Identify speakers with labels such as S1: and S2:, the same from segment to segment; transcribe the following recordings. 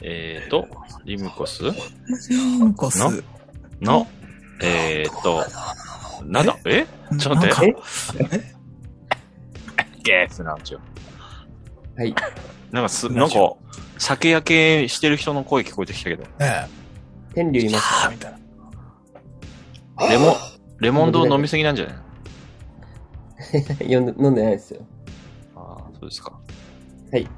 S1: えーと、リムコス
S2: なんかす
S1: なの、えーと、なんだえちょっと待って。ゲーフなんですよ。
S3: はい。
S1: なんかす、
S2: ラ
S1: なん
S2: ジオ
S1: か、酒焼けしてる人の声聞こえてきたけど。
S2: ね
S3: 天竜います。
S2: あーみたいな。
S1: レモン、レモンド飲みすぎなんじゃない
S3: 飲んで飲んでないですよ。
S1: ああ、そうですか。
S3: はい。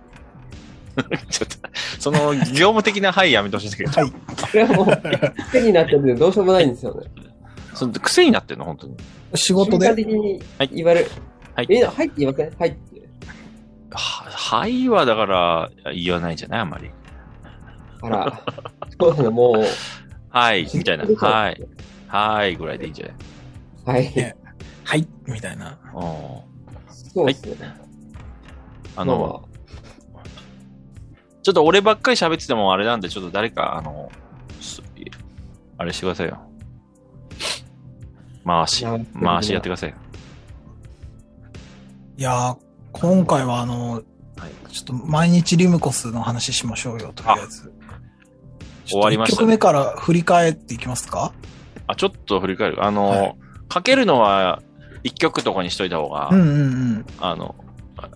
S1: ちょっと、その、業務的なはいやめてほしいんだけど。
S3: これは もう、癖になっちゃってどうしようもないんですよね。
S1: その癖になってんの、本当に。
S2: 仕
S3: 瞬
S2: 事
S3: 間
S2: で、
S3: 的に
S1: はい
S3: 言われる。
S1: はい
S3: え、はいって言いませんはいって。
S1: は、はいはだから、言わないんじゃないあんまり。
S3: あら、そうなの、もう。
S1: はい、みたいな。はい。。はい、ぐらいでいいんじゃない
S3: はい。
S2: はい、みたいな。
S1: うん。
S3: そうですね。
S1: あの、ちょっと俺ばっかり喋っててもあれなんで、ちょっと誰か、あの、すあれしてくださいよ。回し、
S3: まあ、
S1: 回しやってくださいよ。
S2: いやー、今回はあの、
S1: はい
S2: ちょっと毎日リムコスの話しましょうよ、とりあえず。
S1: 終わりましたね
S2: 1曲目から振り返っていきますか
S1: あ、ちょっと振り返る。あの、
S2: はい
S1: かけるのは一曲とかにしといた方が、
S2: うんうんうん。
S1: あの、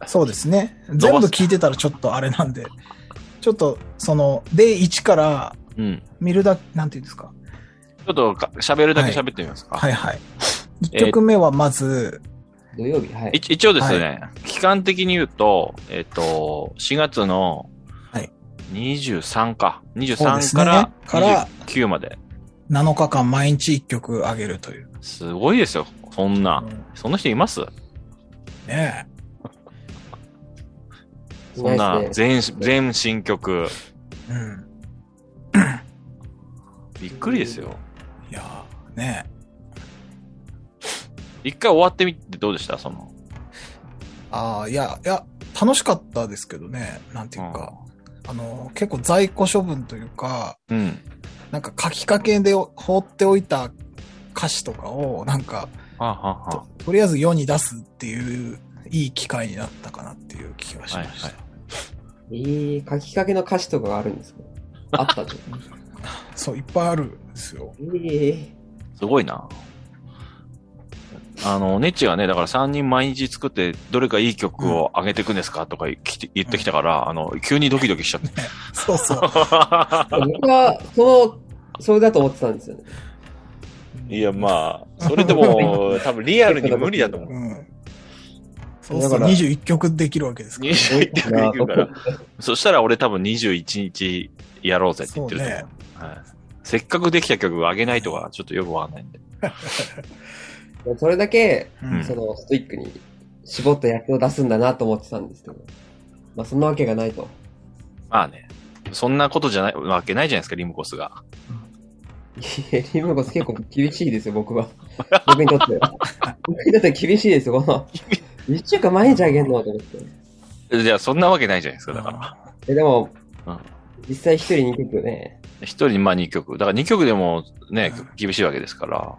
S2: そうですね。
S1: ばす
S2: 全部聞いてたらちょっとあれなんで、ちょっとその、例1から
S1: うん。
S2: 見るだ、なんていうんですか。
S1: ちょっとか喋るだけ喋ってみますか。
S2: はいはい。1曲目はまず、
S3: 土曜日、はい。
S1: 一一応ですね、期間的に言うと、えっ、と、4月の
S2: はい
S1: 23か、
S2: そうです
S1: 23
S2: ね
S1: から
S2: から
S1: 29まで。
S2: 7日間毎日1曲上げるという。
S1: すごいですよ、そんな。そんな人います
S2: ね
S1: そんな
S3: ナイ、ス
S1: 全、全新曲。
S2: え。うん。
S1: びっくりですよ。
S2: いやー、ねえ。
S1: 一回終わってみてどうでしたその。
S2: ああ、いや、いや、楽しかったですけどね。なんていうか、あの、結構在庫処分というか、
S1: うん。
S2: なんか書きかけで放っておいた歌詞とかを、なんか、
S1: はあ、はあは
S2: ととりあえず世に出すっていう、いい機会になったかなっていう気がし
S1: あ、は
S2: ま
S1: い
S2: し
S1: は
S2: た。
S1: い。
S3: えー、書きかけの歌詞とかがある んですかあったじゃん。
S2: そう、いっぱいあるんですよ。
S3: ええ
S1: すごいな。あの、ネッチがね、だから3人毎日作って、どれかいい曲を上げていくんですかとか言って言ってきたから、あの、急にドキドキしちゃって。
S2: そうそう。
S3: 僕は、その、それだと思ってたんですよね。
S1: いや、まあ、それで も、多分リアルに無理だと思う。
S2: うん。そうそ
S3: だ
S2: う、
S3: から
S2: 21曲できるわけですから。
S1: 21曲いくから。そしたら俺多分21日やろうぜって言ってると思う。
S2: そ
S1: はい、せっかくできた曲上げないとか、ちょっとよくわかんないんで。
S3: それだけ、
S2: うん
S3: その、ストイックに絞った役を出すんだなと思ってたんですけど。まあ、そんなわけがないと。
S1: まあね。そんなことじゃない、わけないじゃないですか、リムコスが。
S3: いやリムコス結構厳しいですよ、僕は。僕にとっては。僕にとっては厳しいですよ、この。一週間毎日あげんのと思って。
S1: じゃあ、そんなわけないじゃないですか、だから。
S2: あ
S3: えでも、
S1: うん
S3: 実際一人に結構ね、
S1: 一人、まあ2曲。だから2曲でもね
S2: うん、
S1: 厳しいわけですから。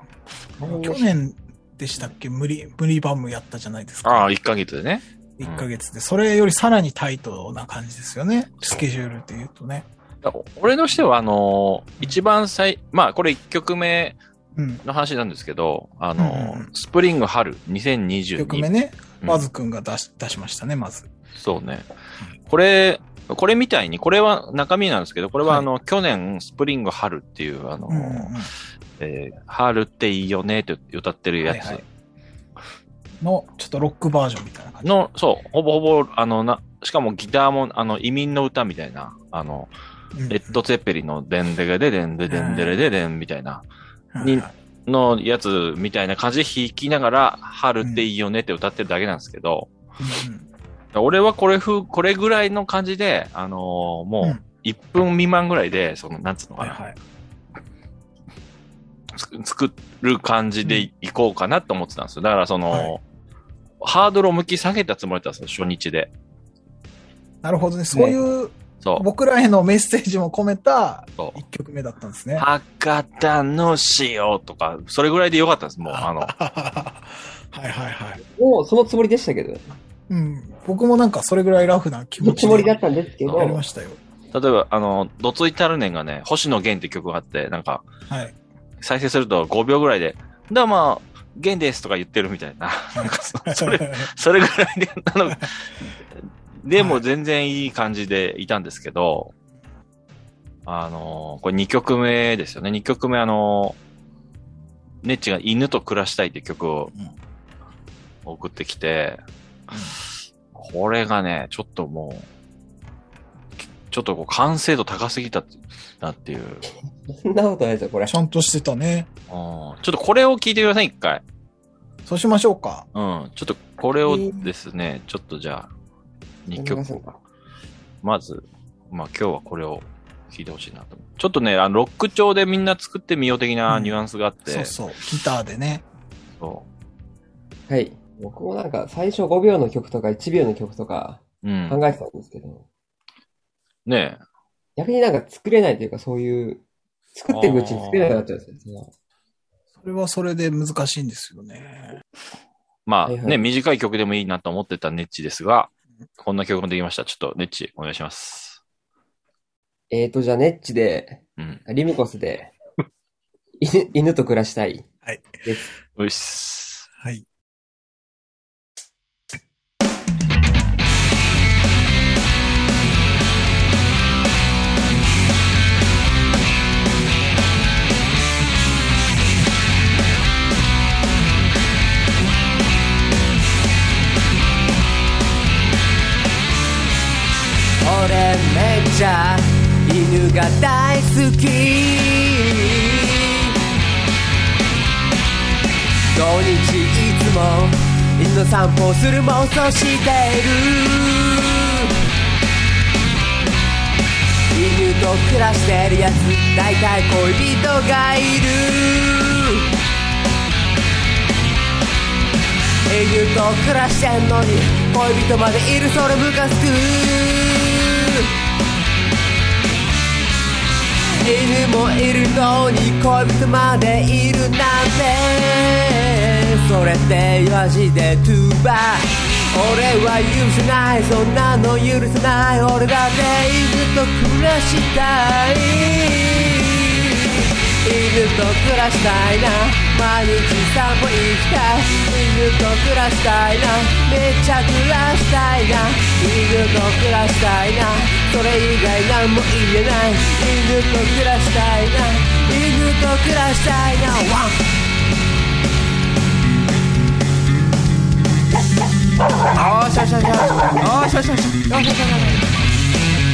S2: ー去年でしたっけ無理、無理バムやったじゃないです
S1: あ
S2: か。
S1: あ、1ヶ月でね。
S2: 1ヶ月で。それよりさらにタイトな感じですよね。スケジュールっていうとね。
S1: だから俺としては、あのー一番最、まあこれ1曲目
S2: うん。
S1: の話なんですけど、あのー
S2: うんうん
S1: スプリング春
S2: 1
S1: 2022。
S2: 曲目ね、
S1: うん
S2: ワズくんが出し出しましたね、まず。
S1: そうね。これ、これみたいに、これは中身なんですけど、これはあの、去年、スプリング春っていう、あの、
S2: うんうんうん
S1: えー春っていいよねって歌ってるやつ
S2: はいはいの、ちょっとロックバージョンみたいな感じ。
S1: の、そう、ほぼほぼ、あの、な、しかもギターも、あの、移民の歌みたいな、あの、
S2: うん
S1: レッド・ツェッペリのデンデレデデンデデンデレデデンみたいな、
S2: はいはい
S1: のやつみたいな感じで弾きながら、春っていいよねって歌ってるだけなんですけど、
S2: うん
S1: 俺はこれ風、これぐらいの感じで、あのー
S2: う
S1: も
S2: ん
S1: う、1分未満ぐらいで、その、なんつうの
S2: うんは
S1: か
S2: い
S1: な、
S2: はい。
S1: つ作る感じでいこうかなと思ってたんですよ。だからその、
S2: はい
S1: ハードルを向き下げたつもりだったんですよ、初日で。
S2: なるほどね。そういう
S1: そう。
S2: 僕らへのメッセージも込めた
S1: そう
S2: 1曲目だったんですね。
S1: 博多の塩とか、それぐらいでよかったです、もう。あの、
S2: はいはいはい。
S3: もうそのつもりでしたけど、
S2: うん。僕もなんかそれぐらいラフな気
S3: その
S2: 持
S3: つ
S2: ち
S3: もりだ
S2: で
S3: ったんですけ
S1: そ
S3: ど
S1: う
S2: やり、ましたよ。
S1: 例えば、あの、どついたるねんがね、星野源って曲があって、なんか、
S2: はい。
S1: 再生すると5秒ぐらいで、だからまあ、源ですとか言ってるみたいな。なんかそ それ、それぐらいで、あの、でも全然いい感じでいたんですけど、あの、これ2曲目ですよね。2曲目あの、ネッチが犬と暮らしたいって曲を
S2: うん
S1: 送ってきて、これがね、ちょっともう、ちょっとこう完成度高すぎたってなっていう。うん
S3: そんなことないですよ、こ れ
S2: ち。ゃんとしてたね。
S1: ちょっとこれを聞いてください、一回。
S2: そうしましょうか。
S1: うん。ちょっとこれをですね、ちょっとじゃあ、2
S3: 読みま
S1: 曲
S3: せんか
S1: まず、まあ今日はこれを聞いてほしいなと思う。ちょっとね、あのロック調でみんな作ってみよう的な
S2: うん
S1: ニュアンスがあって、
S2: そうそう。ギターでね。
S1: そ
S3: はい。僕もなんか最初5秒の曲とか1秒の曲とか
S1: う。うん。
S3: 考えてたんですけど、
S1: ねえ
S3: 逆になんか作れないというかそういう、作っていくうちに作れなくなっちゃうんですよ。
S2: それはそれで難しいんですよね。
S1: まあ、
S3: はいはい
S1: ね、短い曲でもいいなと思ってたネッチですが、こんな曲もできました。ちょっとネッチお願いします。
S3: えーと、じゃあネッチで、
S1: うん。
S3: リムコスで、犬犬と暮らしたい。
S1: うっす。
S2: はい。。
S4: 俺めっちゃ犬が大好き土日いつも犬の散歩をする妄想している犬と暮らしてるやつ大体恋人がいる犬と暮らしてんのに恋人までいるそれムカつく犬もいるのに恋人までいるなんてそれってマジでトゥーバー俺は許せないそんなの許せない俺だって犬と暮らしたい犬と暮らしたいな毎日散歩行きたい犬と暮らしたいなめっちゃ暮らしたいな犬と暮らしたいなそれ以外何も言えない犬と暮らしたいな犬と暮らしたいなワンおーしょしょしょおーしょしょしょおーしょしょしょ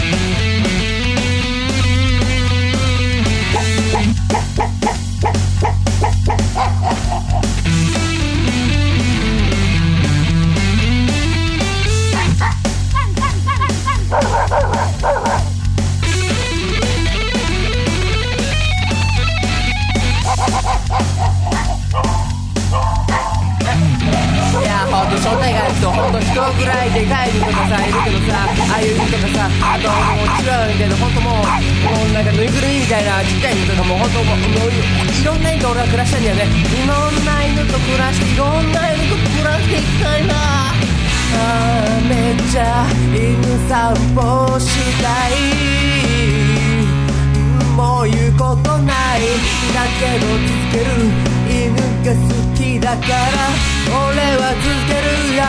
S4: いやほんとそんな意外とほんと人ぐらいでかい人とかさいるけどさああいう人とかさあともう違うんだけどほんともうもうなんかぬいぐるみみたいなちっちゃい人とかもほんともうもういろんな人と俺は暮らしたいんだよねいろんな犬と暮らしていろんな犬と暮らしていきたいなあーめっちゃ犬散歩したいもう言うことないだけど続ける犬が好きだから俺は続けるや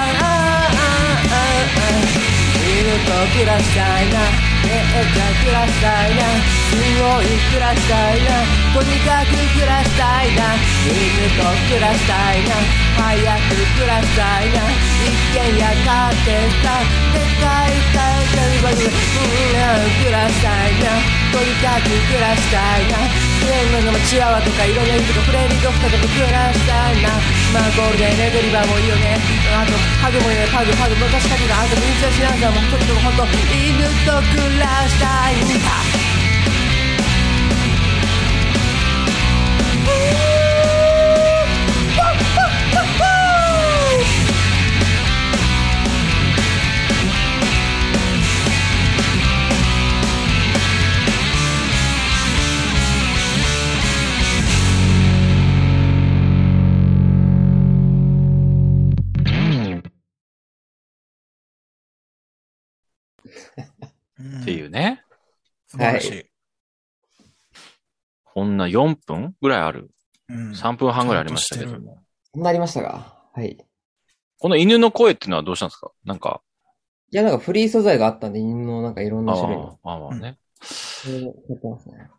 S4: 犬と暮らしたいなめっちゃ暮らしたいなすごい暮らしたいなとにかく暮らしたいな犬と暮らしたいな早く暮らしたいな一軒家買ってさでかい大変バグ暮らしたいなとにかく暮らしたいなクレーンのチワワとかいろんな犬とかプレーリードフとかと暮らしたいなまあゴールデンレトリバーもいいよねあとハグもいいねパグパグ昔かけたあと水やしなんだもんとにかくほんと犬と暮らしたいんだ
S1: っていううね。
S2: 素晴らしい。
S1: こんな4分ぐらいある。
S2: うん。
S1: 3分半ぐらいありましたけ
S2: ちゃ
S1: ど
S2: んと。してる
S3: そんなありましたが。はい。い
S1: この犬の声っていうのはどうしたんですかなんか、
S3: や、なんかフリー素材があったんで、犬のなんかいろん
S1: あ
S3: な種類が。
S1: あ、ああまあね。
S3: それをやってますね。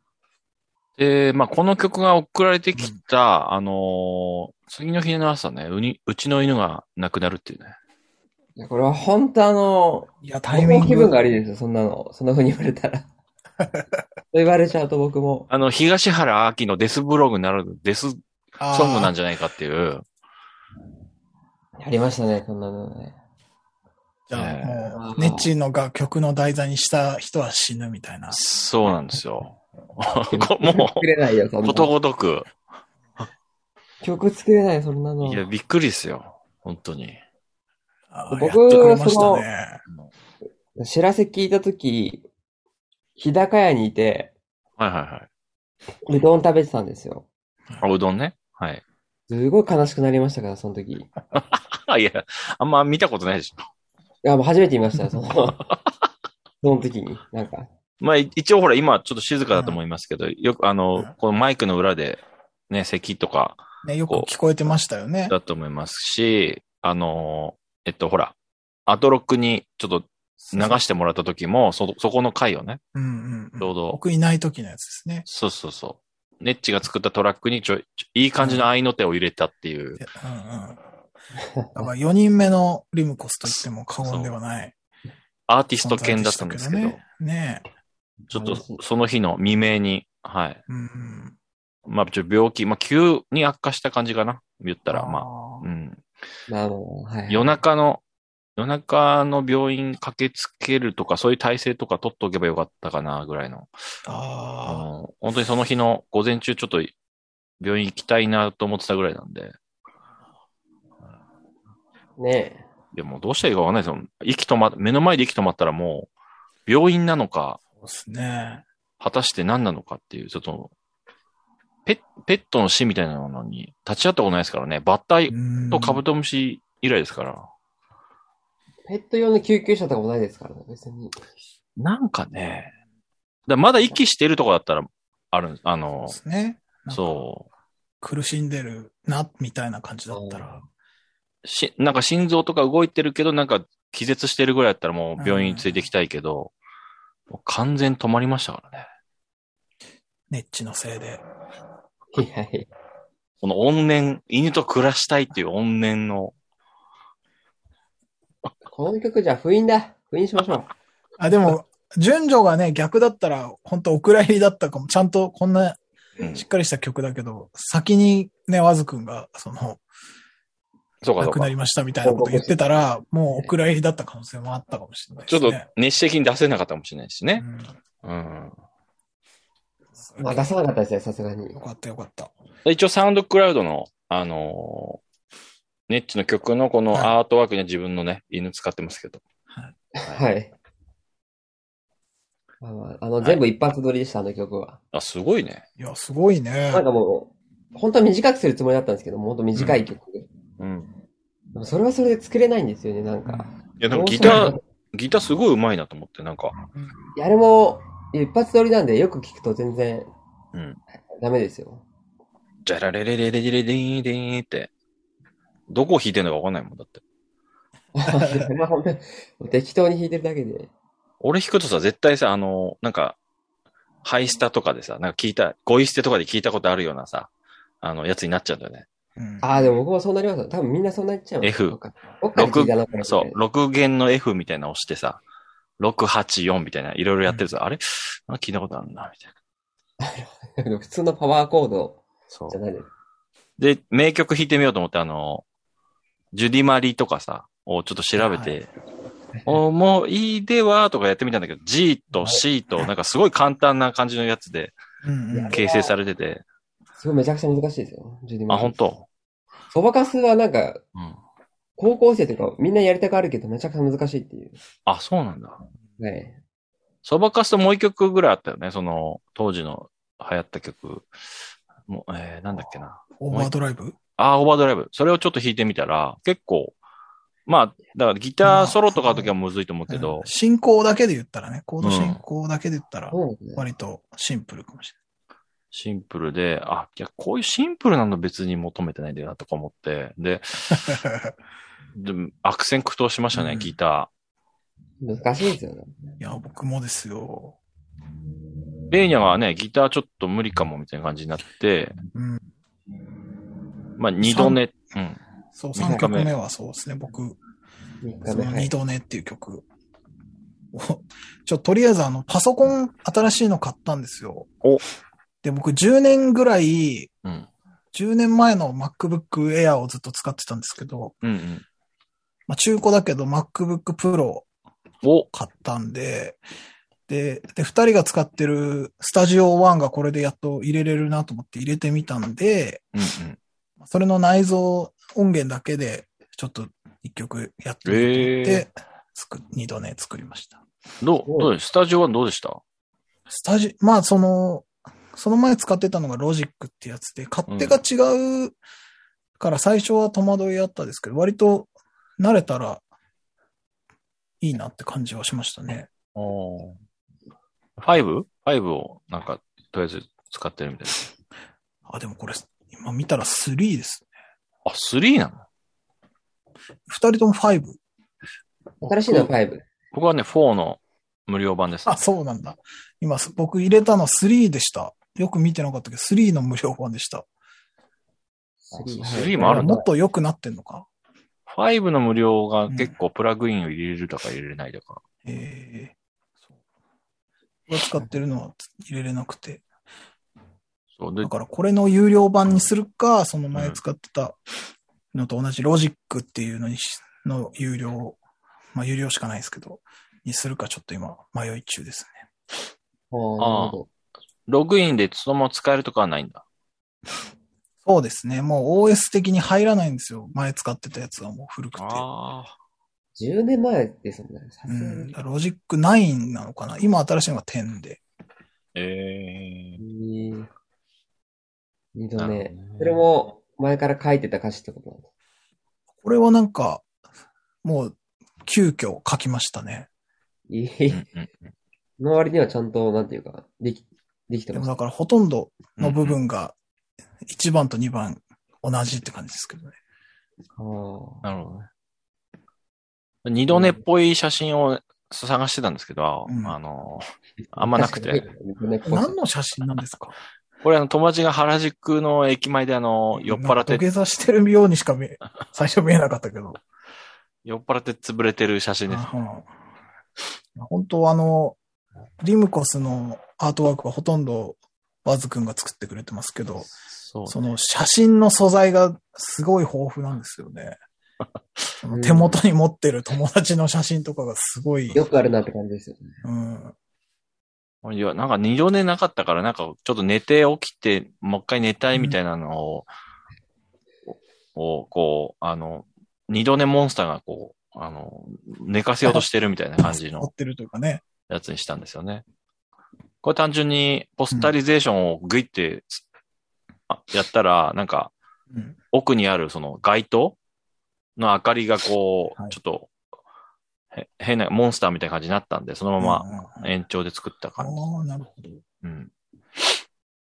S1: で、まあ、この曲が送られてきた、あのー次の日の朝ね、うに、うちの犬が亡くなるっていうね。
S3: いや、これは本当あの、
S2: いや、タイ
S3: 僕
S2: ミン
S3: も
S2: グ。
S3: 気分が悪いですよ、そんなの。そんな風に言われた ら。そう言われちゃうと僕も。
S1: あの、東原明のデスブログになる、デスソ
S2: あー
S1: ングなんじゃないかっていう。
S3: ありましたね、そんなのね。
S2: じゃあ、
S1: え
S2: もう、ネッチーの楽曲の題材にした人は死ぬみたいな。
S1: そうなんですよ。 こも
S3: 作れないよ、そん
S1: う、
S3: な
S1: こと
S3: の。
S1: ごとく。
S3: 曲作れないよ、そんない
S1: や、
S3: の。
S1: びっくりですよ。本当に。
S2: あー
S3: 僕
S2: やってくれましたね。
S3: 知らせ聞いたとき、日高屋にいて、
S1: はいはいはい。
S3: うどん食べてたんですよ。
S1: あ、うどんね。はい。
S3: すごい悲しくなりましたから、その時。い
S1: あ、いや、あんま見たことないでしょ。
S3: や、もう初めて見ましたよ、その、その時に。なんか、
S1: まあ、い一応ほら、今ちょっと静かだと思いますけど、よくあの、このマイクの裏で、ね、咳とか
S2: ね、よく聞こえてましたよね。
S1: だと思いますし、あの、えっと、ほら、アトロックにちょっと流してもらった時も、そ、そこの回をね、
S2: うんうんうん。
S1: ちょうど
S2: 僕いない時のやつですね。
S1: そうそうそう。ネッチが作ったトラックにちょい、ちょいい感じの合いの手を入れたっていう
S2: い。やうんうん。だから4人目のリムコスと言っても過言ではない。
S1: アーティスト犬だったんですけど、
S2: ね。ねえ。
S1: ちょっとその日の未明に、はい。
S2: うんうん。
S1: まあ、ちょっと病気、まあ、急に悪化した感じかな。言ったら、まあ、
S2: あー
S1: うん。
S3: まあ、あの、はい。
S1: 夜中の、夜中の病院駆けつけるとか、そういう体制とか取っておけばよかったかな、ぐらいの。あ
S2: あ
S1: の本当にその日の午前中ちょっと病院行きたいなと思ってたぐらいなんで。
S3: ねえ。
S1: いや、もうどうしたらいいかわかんないですよ。息止ま、目の前で息止まったらもう、病院なのか、
S2: ー。そうですね。
S1: 果たして何なのかっていう、ちょっと、ペッ、ペットの死みたいなのに立ち会ったことないですからね。バッタイ
S2: うん
S1: とカブトムシ以来ですから。
S3: ペット用の救急車とかもないですからね、別に。
S1: なんかね、だまだ息してるとこだったら、あるん、あ
S2: そう
S1: の
S2: で、すね。なんか
S1: そ
S2: 苦しんでるな、みたいな感じだったら。
S1: う。し、なんか心臓とか動いてるけど、なんか気絶してるぐらいだったらもう病院についていきたいけど、もう完全に止まりましたからね。
S2: ネッチのせいで。
S3: いやいや。
S1: この怨念、犬と暮らしたいっていう怨念の、
S3: この曲じゃあ封印だ。封印しましょう。
S2: あ、でも、順序がね、逆だったら、本当お蔵入りだったかも。ちゃんとこんな
S1: うん
S2: しっかりした曲だけど、先にね、わずくんが、その、
S1: そうかそ
S2: 亡
S1: う
S2: く
S1: か
S2: な。りましたみたいなこと言ってたら、もうお蔵入りだった可能性もあったかもしれない
S1: ちょ
S2: で
S1: っ
S2: す
S1: と
S2: ね。
S1: 熱視的に出せなかったかもしれないしね。
S2: と、
S1: うん。
S2: うん、
S3: あ、出さなかったですね、さすがに。
S2: よかったよかった。
S1: 一応サウンドクラウドの、あのーネッチの曲のこのアートワークには自分のね、犬使ってますけど。
S3: はい。まあまああの、全部一発撮りでした、あの曲は。
S1: あ、すごいね。
S2: いや、すごいね。
S3: なんかもう、本当は短くするつもりだったんですけど、もう本当短い曲。
S1: うん。
S3: でもそれはそれで作れないんですよね、なんか。
S1: いや、なんかギター、ギターすごい上手いなと思って、なんか。
S3: いや、あれも、一発撮りなんでよく聞くと全然
S1: うん。
S3: ダメですよ。
S1: じゃられれれれれれれーれーって。どこを弾いてんのかわかんないもんだって。
S3: それは本当に適当に弾いてるだけで。
S1: 俺弾くとさ、絶対さ、あの、なんか、ハイスタとかでさ、なんか聞いた、ゴイステとかで聞いたことあるようなさ、あの、やつになっちゃうんだよね。
S2: うん
S3: ああ、でも僕もそうなりますよ。多分みんなそうなっちゃう。
S1: F
S3: どっかどっかで聞
S1: 六
S3: いたなこれ
S1: そう、6弦の F みたいなの押してさ、684みたいな、いろいろやってると、あれあ聞いたことあるな、みたいな。
S3: 普通のパワーコード
S1: そ
S3: じゃないです。
S1: で、名曲弾いてみようと思って、あの、ジュディマリとかさ、をちょっと調べて、思い出はとかやってみたんだけど、G と C と、なんかすごい簡単な感じのやつで
S2: うんうん
S1: 形成されてて、
S3: すごいめちゃくちゃ難しいですよ。ジュディマ
S1: あ、
S3: リー
S1: 本当
S3: そばかすはなんか、
S1: うん。
S3: 高校生とかみんなやりたくあるけどめちゃくちゃ難しいっていう。
S1: あ、そうなんだ。
S3: はい。
S1: そばかすともう一曲ぐらいあったよね、その、当時の流行った曲。もう、えー、なんだっけな。
S2: オーバードライブ
S1: あー、オーバードライブ。それをちょっと弾いてみたら、結構、まあ、だからギターソロとかの時はむずいと思うけど、
S2: 進行だけで言ったらね、コード進行だけで言ったら、
S3: そうですね。
S2: 割とシンプルかもし
S1: シンプルで、あ、いや、こういうシンプルなの別に求めてないんだよなとか思って、 で、
S2: れない。
S1: でも悪戦苦闘しましたね、
S2: うん
S1: ギタ
S3: 難しいですよね。
S2: いや、僕もですよ。
S1: ー。レーニャはね、ギターちょっと無理かもみたいな感じになって、
S2: うん。
S1: まあ、二度寝、うん。
S2: そう、
S1: 二
S2: 3
S1: 曲
S2: 曲
S1: 目
S2: 目はそうですね、僕、
S3: 三日
S2: そ
S3: 目
S2: の
S3: は
S2: 二
S3: い。
S2: 度寝っていう曲を、ちょ、とりあえずあの、パソコン新しいの買ったんですよ。
S1: お
S2: で、僕10年ぐらい、
S1: うん。
S2: 10年前の MacBook Air をずっと使ってたんですけど、
S1: うんうん。
S2: まあ中古だけど MacBook Pro
S1: お
S2: 買ったんで、で、で、二人が使ってるスタジオ1がこれでやっと入れれるなと思って入れてみたんで、
S1: うんうん。
S2: それの内蔵音源だけで、ちょっと一曲やってみようと思って、作二度ね、作りました。
S1: どう、どうでスタジオはどうでした
S2: スタジ、まあその、その前使ってたのがロジックってやつで、勝手が違うから最初は戸惑いあったですけど、割と慣れたらいいなって感じはしましたね。
S1: おファイブファイブをなんか、とりあえず使ってるみたい
S2: あ、でもこれ、今見たら3です。
S1: な。あ、スリーなの
S2: 二人とも5。
S3: 新しいのは5。
S1: 僕はね、フォーの無料版です、
S2: あ、そうなんだ。今、す僕入れたの3でした。よく見てなかったけど、3の無料版でした。
S1: そう
S3: はい
S1: スリーもあるんだ
S2: もっと良くなってんのか
S1: ファイブの無料が結構プラグインを入れるとか入れれないとか。
S2: ええそう。僕が使ってるのは入れれなくて。
S1: そう。で
S2: だ、からこれの有料版にするか、その前使ってたのと同じロジックっていうのにし、の有料、まあ有料しかないですけど、にするかちょっと今迷い中ですね。
S3: ほうなるほど
S1: ログインでそのまま使えるとかはないんだ。
S2: そうですね。もう OS 的に入らないんですよ。前使ってたやつはもう古くて。
S1: ああ。
S3: 10年前ですもんね。さ
S2: う
S3: すが
S2: ん、
S3: に。
S2: ロジック9なのかな今新しいのが10で。
S1: ええ
S3: うん二
S1: ー。
S3: 度
S1: なる
S3: 目。
S1: ほどね
S3: それ。も前から書いてた歌詞ってことなんです
S2: これはなんか、もう、急遽書きましたね。
S3: い
S1: うん
S3: い。
S1: うん
S3: その割にはちゃんと、なんていうか、でき、でき
S2: で
S3: てま
S2: も
S3: す
S2: だ。からほとんどの部分が、1番と2番同じって感じですけどね。
S3: ああ
S1: なるほどね。二度寝っぽい写真を探してたんですけど、
S2: うん
S1: あの、あんまなくて。。
S2: 何の写真なんですか
S1: これあの友達が原宿の駅前であの、酔っ払っ
S2: なんか土
S1: て、
S2: 下座してるようにしか見え、最初見えなかったけど。
S1: 酔っ払って潰れてる写真です。
S2: あうん本当あの、リムコスのアートワークはほとんどバズ君が作ってくれてますけど、
S1: そう。
S2: その写真の素材がすごい豊富なんですよ ね。その手元に持ってる友達の写真とかがすごい。
S3: よくあるなって感じですよね。
S2: うん。
S1: いや、なんか二度寝なかったから、なんかちょっと寝て起きて、もう一回寝たいみたいなのを、を、こう、あの、二度寝モンスターがこう、あの、寝かせようとしてるみたいな感じ
S2: 持
S1: の
S2: ってるというかね。
S1: やつにしたんですよね。これ単純にポスタリゼーションをグイって、あやったら、なんか
S2: うん。
S1: 奥にあるその街灯の明かりがこ
S2: は
S1: う、
S2: い
S1: ちょっと、へ変なモンスターみたいな感じになったんで、そのまま延長で作った
S2: ああ
S1: 感じ。
S2: ー、なるほど。い
S1: うん。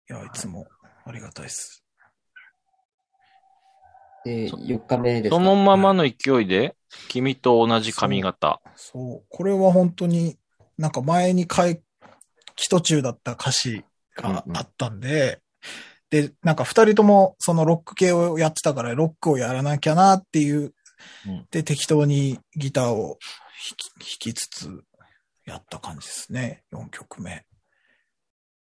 S2: や、いつもありがたいです。
S3: で、
S1: そ
S3: 4日目ですか。
S1: そのままの勢いで、君と同じ髪型。
S2: そう。これは本当に、なんか前に回、基途中だった歌詞があったんで、で、なんか二人ともそのロック系をやってたから、ロックをやらなきゃなっていう
S1: うん、
S2: で、適当にギターを弾き弾きつつやった感じですね。4曲目。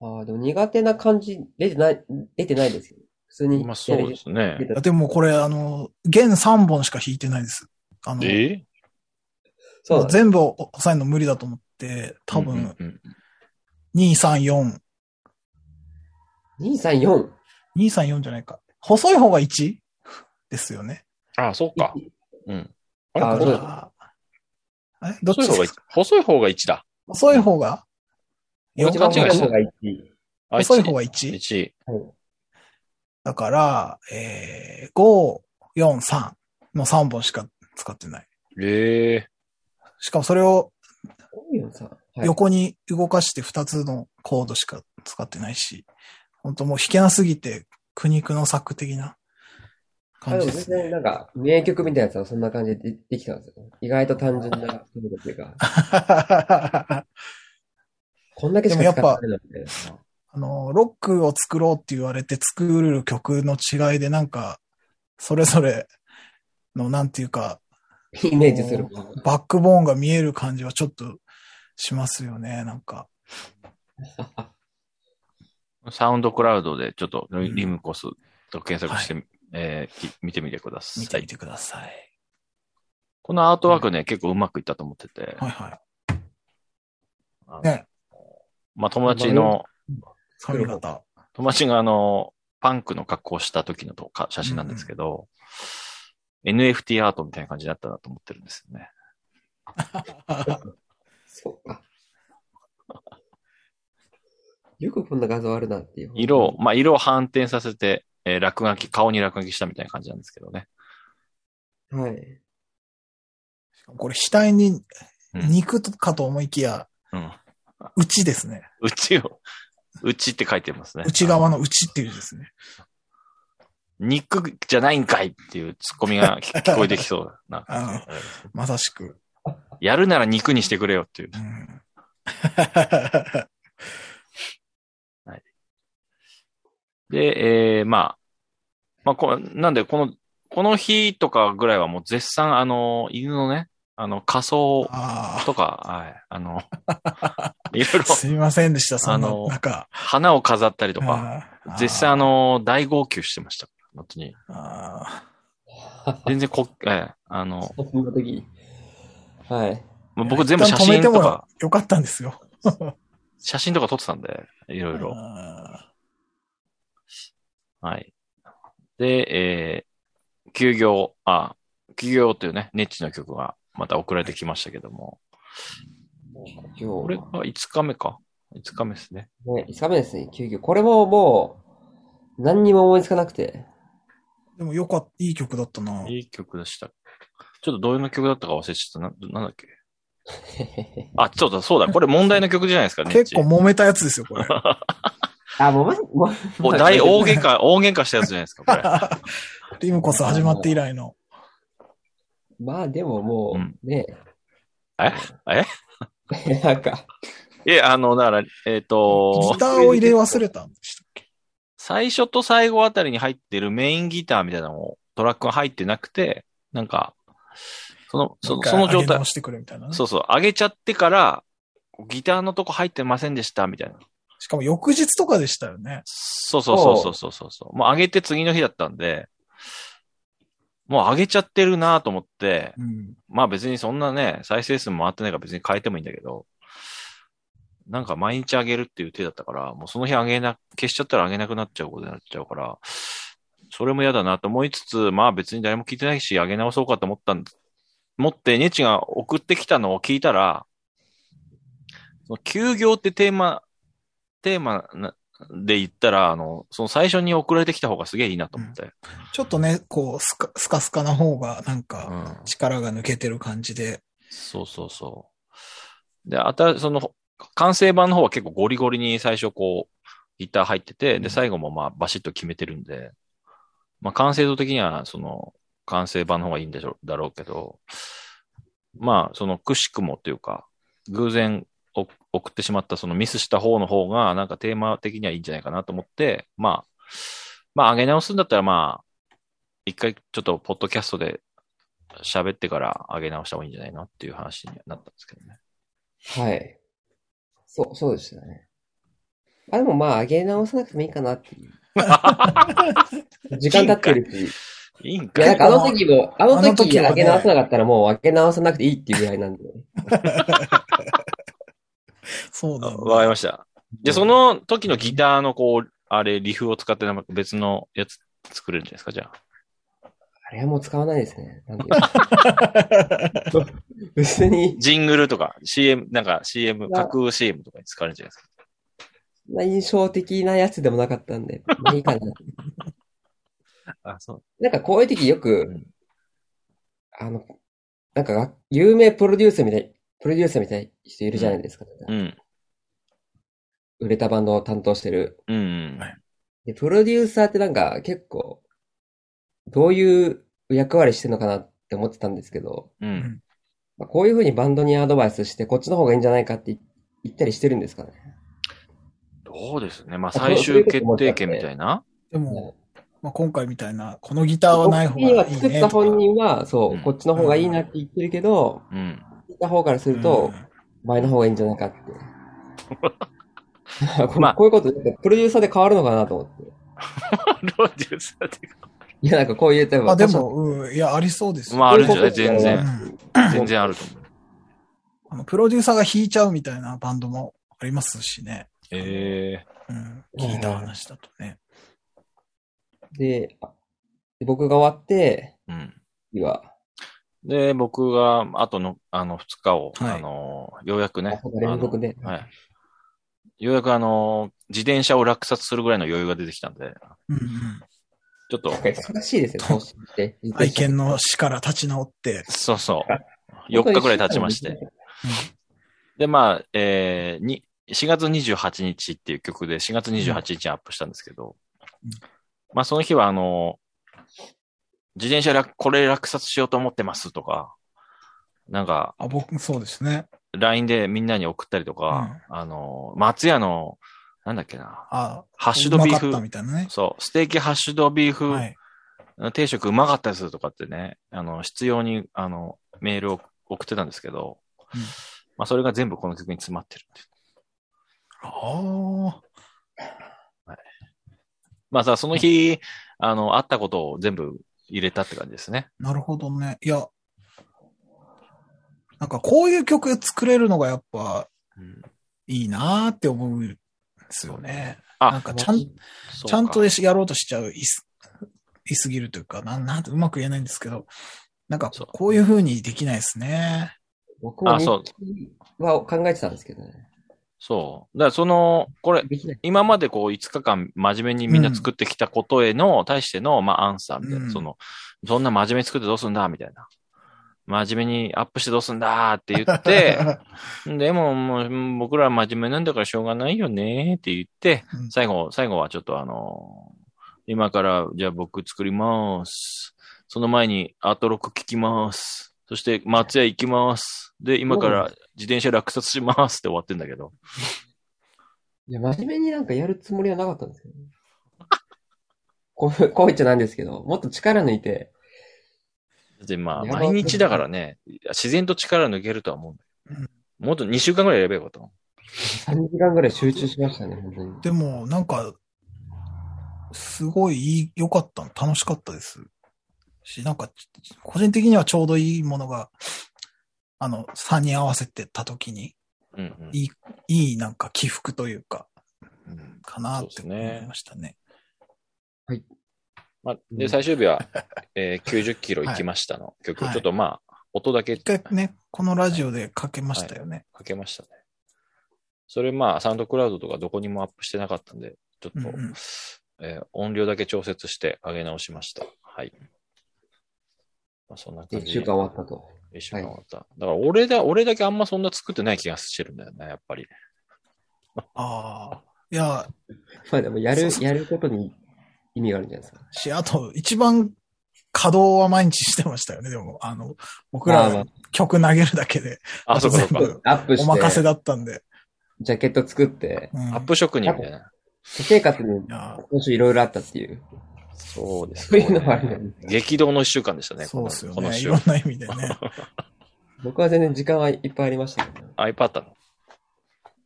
S3: ああ、でも苦手な感じ出てない、出てないですよ。普通に。
S1: まあそうですね。
S2: でもこれ、あの、弦3本しか弾いてないです。あの、
S1: え
S3: そうなんです。
S2: 全部を押さえるの無理だと思って、多分、
S1: うんうん
S2: 2、3、4、
S3: 2、3、4。
S2: 2、3、4じゃないか。細い方が 1? ですよね。
S1: ああ、そうか。うん。あれ
S3: あそうです
S2: あれどっ
S1: 細い
S2: ち
S1: 方が
S2: で
S1: 一
S2: すか
S1: 細い方が1だ。
S2: 細い方が
S1: 一
S3: 一番
S1: 間違
S3: 上
S1: い
S3: の
S1: して
S3: 方
S1: る
S3: が1位。
S1: あ
S2: 細い方が 1?
S1: 1。
S2: だから、えー、5、4、3の3本しか使ってない。
S1: ええ
S2: しかもそれを
S3: 多いよさ。はい。
S2: 横に動かして2つのコードしか使ってないし、本当もう弾けなすぎて苦肉の策的な
S3: あ
S2: 感
S3: で
S2: じ
S3: も
S2: です
S3: 全
S2: ね。
S3: 然なんか、名曲みたいなやつはそんな感じででできたんですよ。意外と単純な曲というか、
S2: あ
S3: こんだけしか使ってないのって。
S2: の、ロックを作ろうって言われて作る曲の違いでなんか、それぞれのなんていうか、
S3: イメージするものが。
S2: バックボーンが見える感じはちょっとしますよね、なんか。
S1: サウンドクラウドでちょっと
S2: ん
S1: リムコスと検索して、えーき見てみてくださ
S2: 見て
S1: い
S2: み。てください。
S1: このアートワークね、結構うまくいったと思ってて、
S2: はいは
S1: あの
S2: ね
S1: まあ友達の、
S2: い。髪 型。
S1: 友達があの、パンクの格好をした時のとか写真なんですけど、NFT アートみたいな感じだったなと思ってるんですよね。
S3: そうか。 よくこんな画像あるなっていう。
S1: 色を、まあ色を反転させて、えー落書き、顔に落書きしたみたいな感じなんですけどね。
S3: はい。
S2: これ額に
S1: うん
S2: 肉とかと思いきや、
S1: うん。
S2: 内ですね。
S1: 内を、内って書いてますね。
S2: 内側の内っていうですね。
S1: 肉じゃないんかいっていうツッコミ が聞聞こえてきそうな感じで。
S2: まさしく。
S1: やるなら肉にしてくれよっていう
S2: う。ん
S1: で、えー、まあ、まあこ、なんで、この、この日とかぐらいはもう絶賛、あの、犬のね、あの、仮装
S2: あ
S1: とか、はい、あの、いろいろ
S2: あ、すみませんでした、そんな
S1: あの
S2: 中。
S1: 花を飾ったりと か、
S2: あー
S1: 絶際あ、の、大号泣してました。本当に。
S2: あ
S1: 全然こ、ええあの、
S3: そんな時。はい。
S1: まあ
S2: ー
S1: 僕全部写真
S2: 一旦
S1: と
S2: 止めて
S1: か
S2: も、よかったんですよ。
S1: 写真とか撮ってたんで、いろいろ。
S2: あ
S1: はい。で、えー、休業、あ、休業というね、ネッチの曲がまた送られてきましたけども、
S3: 今日。
S1: これが5日目か。5日目ですね。
S3: ね、5日目ですね、休業。これももう、何にも思いつかな くて。
S2: ーでもよかった、いい曲だったな。
S1: いい曲でした。ちょっとどういう曲だったか忘れちゃった。な、なんだっけ。あ、そうだ、そうだ。これ問題の曲じゃないですか、ネッ
S2: 結
S1: チ
S2: 構。揉めたやつですよ、 これ。
S3: あ、もうまじ、もう、
S1: お大、大喧嘩、大喧嘩したやつじゃないですか、これ。
S2: リムコス始まって以来の。
S3: まあでもも
S1: うん
S3: う、ね、
S1: え
S3: なんか、
S1: え、あの、だから、えっ、と
S2: ギ、ターを入れ忘れたんでしたっけ
S1: 最初と最後あたりに入ってるメインギターみたいなのもトラックが入ってなくて、なんか、その、そのその状
S2: 上げ
S1: 態
S2: 直、してくれみたいなね。
S1: そうそう、上げちゃってから、ギターのとこ入ってませんでした、みたいな。
S2: しかも翌日とかでしたよね。
S1: そうそうそうそうそうそう。もう上げて次の日だったんで、もう上げちゃってるなと思って、
S2: うん。
S1: まあ別にそんなね、再生数も回ってないから別に変えてもいいんだけど、なんか毎日あげるっていう手だったから、もうその日あげな、消しちゃったらあげなくなっちゃうことになっちゃうから、それも嫌だなと思いつつ、まあ別に誰も聞いてないし、あげ直そうかと思ったんです。持って、ネチが送ってきたのを聞いたら、その休業ってテーマ、テーマなで言ったら、あの、その最初に送られてきた方がすげえいいなと思って。
S2: ちょっとね、こう、スカスカスカな方が、なんか、
S1: うん
S2: 力が抜けてる感じで。
S1: そうそうそう。で、あた、その、完成版の方は結構ゴリゴリに最初こう、ギター入ってて、
S2: うん
S1: で、最後もまあバシッと決めてるんで、まあ完成度的にはその、完成版の方がいいんでしょだろうけど、まあ、その、くしくもというか、偶然お送ってしまったそのミスした方の方が、なんかテーマ的にはいいんじゃないかなと思って、まあ、まあ上げ直すんだったらまあ、一回ちょっとポッドキャストで喋ってから上げ直した方がいいんじゃないのっていう話になったんですけどね。
S3: はい。そう、そうでしたね。あ、でもまあ、上げ直さなくてもいいかなっ ていう。時間経ってるし。
S1: いいん
S3: い
S1: か
S3: や、
S1: い
S3: なんかあの時も、あの
S2: あの
S3: 時
S2: 時はね
S3: 上げ直さなかったらもう上げ直さなくていいっていうぐらいなんで。
S2: そうだ、ね。
S1: わかりました。じゃあそ
S3: の、
S1: の時のギターのこう、あれ、リフを使ってなんか別のやつ作れるんじゃないですか、じゃあ。
S3: あれはもう使わないですね。なんで別に、
S1: ジングルとか、CM、なんか CM、架空 CM とかに使われるんじゃないですか。
S3: そんな印象的なやつでもなかったんで、まあいいかな。
S1: あ、そう。
S3: なんかこういう時よく、
S1: うん
S3: あの、なんかが、有名プロデューサーみたい、プロデューサーみたいな人いるじゃないですか。
S1: うん。
S3: 売れたバンドを担当してる。
S1: うん
S2: はい。
S3: で、プロデューサーってなんか結構、どういう役割してるのかなって思ってたんですけど、
S1: うん。
S3: まあ、こういうふうにバンドにアドバイスして、こっちの方がいいんじゃないかって言ったりしてるんですかね。
S1: どうですね。まあ、
S3: あそう
S1: 最終決定権みたいな。
S2: で
S3: は
S2: も、まあ、今回みたいな、このギターはない方がいい
S3: 作っ
S2: ね
S3: た
S2: とか。
S3: 本人は、そうう、
S1: ん
S3: こっちの方がいいなって言ってるけど、
S1: うん。
S3: 聞いた方からすると、前の方がいいんじゃないかって。 こ
S1: まあ
S3: こういうことって、プロデューサーで変わるのかなと思って。
S1: ロデューサーっていうか
S3: いや、なんかこういう、例え
S2: うん、
S3: ば
S2: あ、で
S3: 他社
S2: も、うん、いや、ありそうですよ。
S1: まあ、あるんじゃない
S3: 広
S1: 全
S3: 告とか
S1: 然。
S2: うん
S1: 全然あると思う。
S2: あのプロデューサーが弾いちゃうみたいなバンドもありますしね。
S1: ええ
S2: うん、聞いた話だとね。
S3: で、あで僕が終わって、
S1: うん。
S3: 次は、
S1: で、僕が、あとの、あの、二日を、
S2: はい
S1: あの、ようやくね。
S3: あ連続で
S1: あのはい。ようやくあの、自転車を落札するぐらいの余裕が出てきたんで、
S2: うんうん。
S1: ちょっと
S3: なん、か忙しいですよ、投資って。
S2: 愛犬の死から立ち直って。
S1: そうそう。4日ぐらい経ちまして。。で、まあ、えー、に、4月28日っていう曲で、4月28日にアップしたんですけど、
S2: うん
S1: まあ、その日は、あの、自転車落これ落札しようと思ってますとか、なんか、
S2: あ、僕、そうですね。
S1: LINE でみんなに送ったりとか、あの、松屋の、なんだっけな、
S2: あ、
S1: ハッシュドビー
S2: うまかった
S1: フ、
S2: みたいなね。
S1: そう、ステーキハッシュドビーフ、
S2: はい。
S1: 定食うまかったですとかってね、あの、必要に、あの、メールを送ってたんですけど、
S2: うん
S1: まあ、それが全部この曲に詰まってるっていう
S2: ああ。
S1: まあさ、その日、あの、あったことを全部入れたって感じですね。
S2: なるほどね。いや、なんかこういう曲作れるのがやっぱいいなーって思うんですよね。
S1: あ
S2: なんかちゃん、ち
S1: そうか
S2: ゃんとやろうとしちゃう、いす、いすぎるというか、なん、なんてうまく言えないんですけど、なんか
S1: そう
S2: こういう風にできないですね。
S3: 僕も
S1: あそう
S3: 日記は考えてたんですけどね。
S1: そう。だからその、これ、
S3: できない。
S1: 今までこう5日間真面目にみんな作ってきたことへの、対しての、まあ、アンサーみたいな、
S2: うん
S1: その、そんな真面目に作ってどうすんだみたいな。真面目にアップしてどうすんだって言 って、でも、もう僕ら真面目なんだからしょうがないよねって言って、
S2: うん
S1: 最後、最後はちょっとあの今から、じゃあ僕作ります。その前にアートロック聞きます。そして松屋行きます。で、今から自転車落札しますって終わってんだけど。
S3: いや、真面目になんかやるつもりはなかったんですけど、ね。 こう、こう言っちゃなんですけど、もっと力抜いて、
S1: だってまあ、
S3: やば
S1: 毎日だからね、自然と力抜けるとは思うんだけど
S2: うん
S1: もっと2週間ぐらいやればよかったの。
S3: 3時間ぐらい集中しましたね、本当に。
S2: でも、なんか、すごいいい良かったの、楽しかったです。し、なんか、個人的にはちょうどいいものが、あの、3人合わせてた時に、
S1: うんうん
S2: いい、いいなんか起伏というか、
S1: うん
S2: かなっ
S1: そうです
S2: て思
S1: ね
S2: いましたね。
S1: まあ、
S3: う
S1: で、
S3: ん
S1: 最終日は、えー90キロ行きましたの曲、
S2: はい
S1: ちょっとまあ、音だけ
S2: 一回ね、このラジオでかけましたよね。
S1: かけましたね。それまあ、サウンドクラウドとかどこにもアップしてなかったんで、ちょっと、
S2: うんうん
S1: えー音量だけ調節して上げ直しました。はい。まあ、そんな感
S3: 1
S1: じ。
S3: 週間終わったと。
S1: 一週間終わった。だから俺だ、俺だけあんまそんな作ってない気がしてるんだよね、やっぱり。
S2: ああ。いや、
S3: まあでも、や
S2: そ
S3: る
S2: うそ、う
S3: やることに意味があるんじゃないですか。
S2: し、あと、一番稼働は毎日してましたよね。でも、あの、僕
S3: まあ
S2: ら曲投げるだけで、
S1: あ、そうかそうか
S2: 全。部
S3: アップ
S2: お任せ
S3: して、
S2: だったんで。
S3: ジャケット作って、
S2: うん
S1: アップ職人みたいな。
S3: 私生活に
S2: いや
S3: 今週いろいろあったっていう。
S1: そうです
S3: そう
S1: ね、
S3: いうのもあるんですね
S1: 激動の一週間でしたね、
S2: そうですよ
S1: このこの
S2: ね。い
S1: 週
S2: ろん。な意味でね。
S3: 僕は全然時間はいっぱいありましたけど、
S1: iPad の。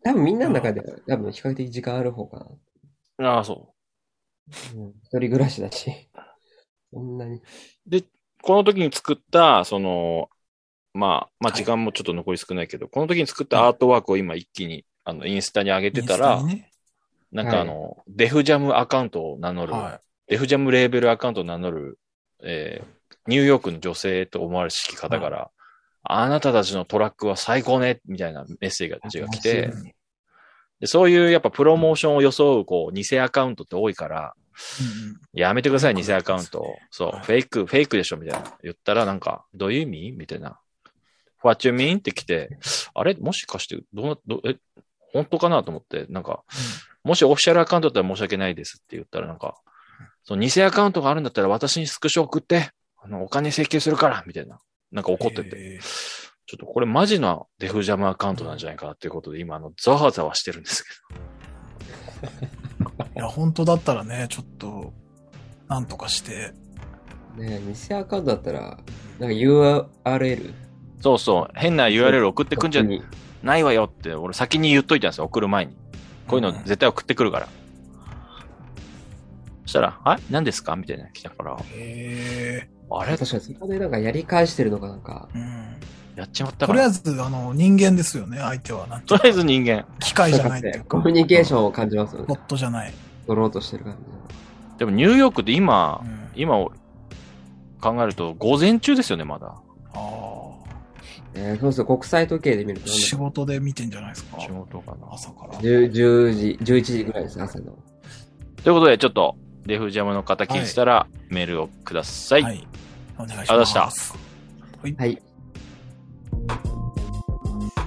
S3: 多分みんなの中で、多分比較的時間ある方かな。
S1: ああ、そう。
S3: うん一人暮らしだし。そんなに。
S1: で、この時に作った、その、まあ、まあ
S2: はい
S1: 時間もちょっと残り少ないけど、この時に作ったアートワークを今一気に、あの、インスタに上げてた
S2: インス
S1: ら
S2: タ、にね
S1: なんかあの、デフジャムアカウントを名乗る、
S2: は
S1: デフジャムレーベルアカウントを名乗る、えーニューヨークの女性と思われしき方から、あなたたちのトラックは最高ね、みたいなメッセージが来て、
S2: うん
S1: でそういうやっぱプロモーションを装う、こう、偽アカウントって多いから、
S2: うん
S1: やめてください、偽アカウン
S2: そう
S1: ト。そう、
S2: はい
S1: フェイク、フェイクでしょ、みたいな。言ったらなんか、どういう意味みたいな。 What you mean? って来て、あれもしかして、どうな、どえ、本当かなと思って、なんか、もしオフィシャルアカウントだったら申し訳ないですって言ったら、なんか、その偽アカウントがあるんだったら私にスクショ送って、あの、お金請求するから、みたいな。なんか怒ってて。
S2: えー
S1: ちょっとこれマジなデフジャムアカウントなんじゃないかなっていうことで、今、あの、ざわざわしてるんですけ
S2: いや、本当だったらね、ちょっと、なんとかして、
S3: ねえ、偽アカウントだったら、なんか URL?
S1: ど。そうそう、変な URL 送ってくんじゃ
S3: に
S1: ないわよって、俺先に言っといたんですよ、送る前に。こういうの絶対送ってくるから。そしたら、はい何ですかみたいなの来たから、
S2: え
S1: あれ
S3: 確かにそこでなんかやり返してるのがなんか、
S2: ーうん。
S1: やっちまった
S2: と
S1: か
S2: りあ
S1: ら。
S2: えず、あの、人間ですよね、相手は。なんて
S1: とりあえず人間。
S2: 機械じゃないっていう
S3: ね
S2: か、
S3: コミュニケーションを感じますよ
S2: ボ
S3: ね。
S2: ットじゃない。
S3: 取ろうとしてる感じ。
S1: でもニューヨークで今
S2: う、ん、
S1: 今考えると午前中ですよね、まだ。
S2: あ
S3: えー、そうですよ、国際時計で見る
S2: あ、
S3: となんだ
S2: 仕事で見てんじゃないですか。
S1: 仕事かな。
S2: 朝から。
S3: 10 10時、11時ぐらいです、朝の。
S1: ということで、ちょっと、デフジャムの方聞いたらメールをください。
S2: はい。お願いし
S1: ありがとうご
S2: ま
S1: ざいまし
S2: す。
S3: はい。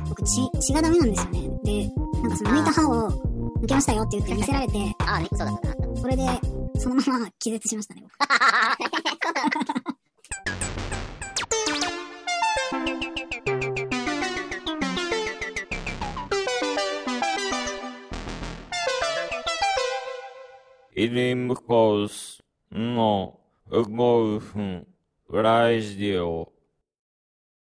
S5: 僕血、血がダメなんですよね。で、なんかその抜いた歯を抜けましたよって言って見せられて、
S6: ああ、ね、そうだったな。
S5: それで、そのまま気絶しましたね、僕。
S7: Iremos com os no golfo radio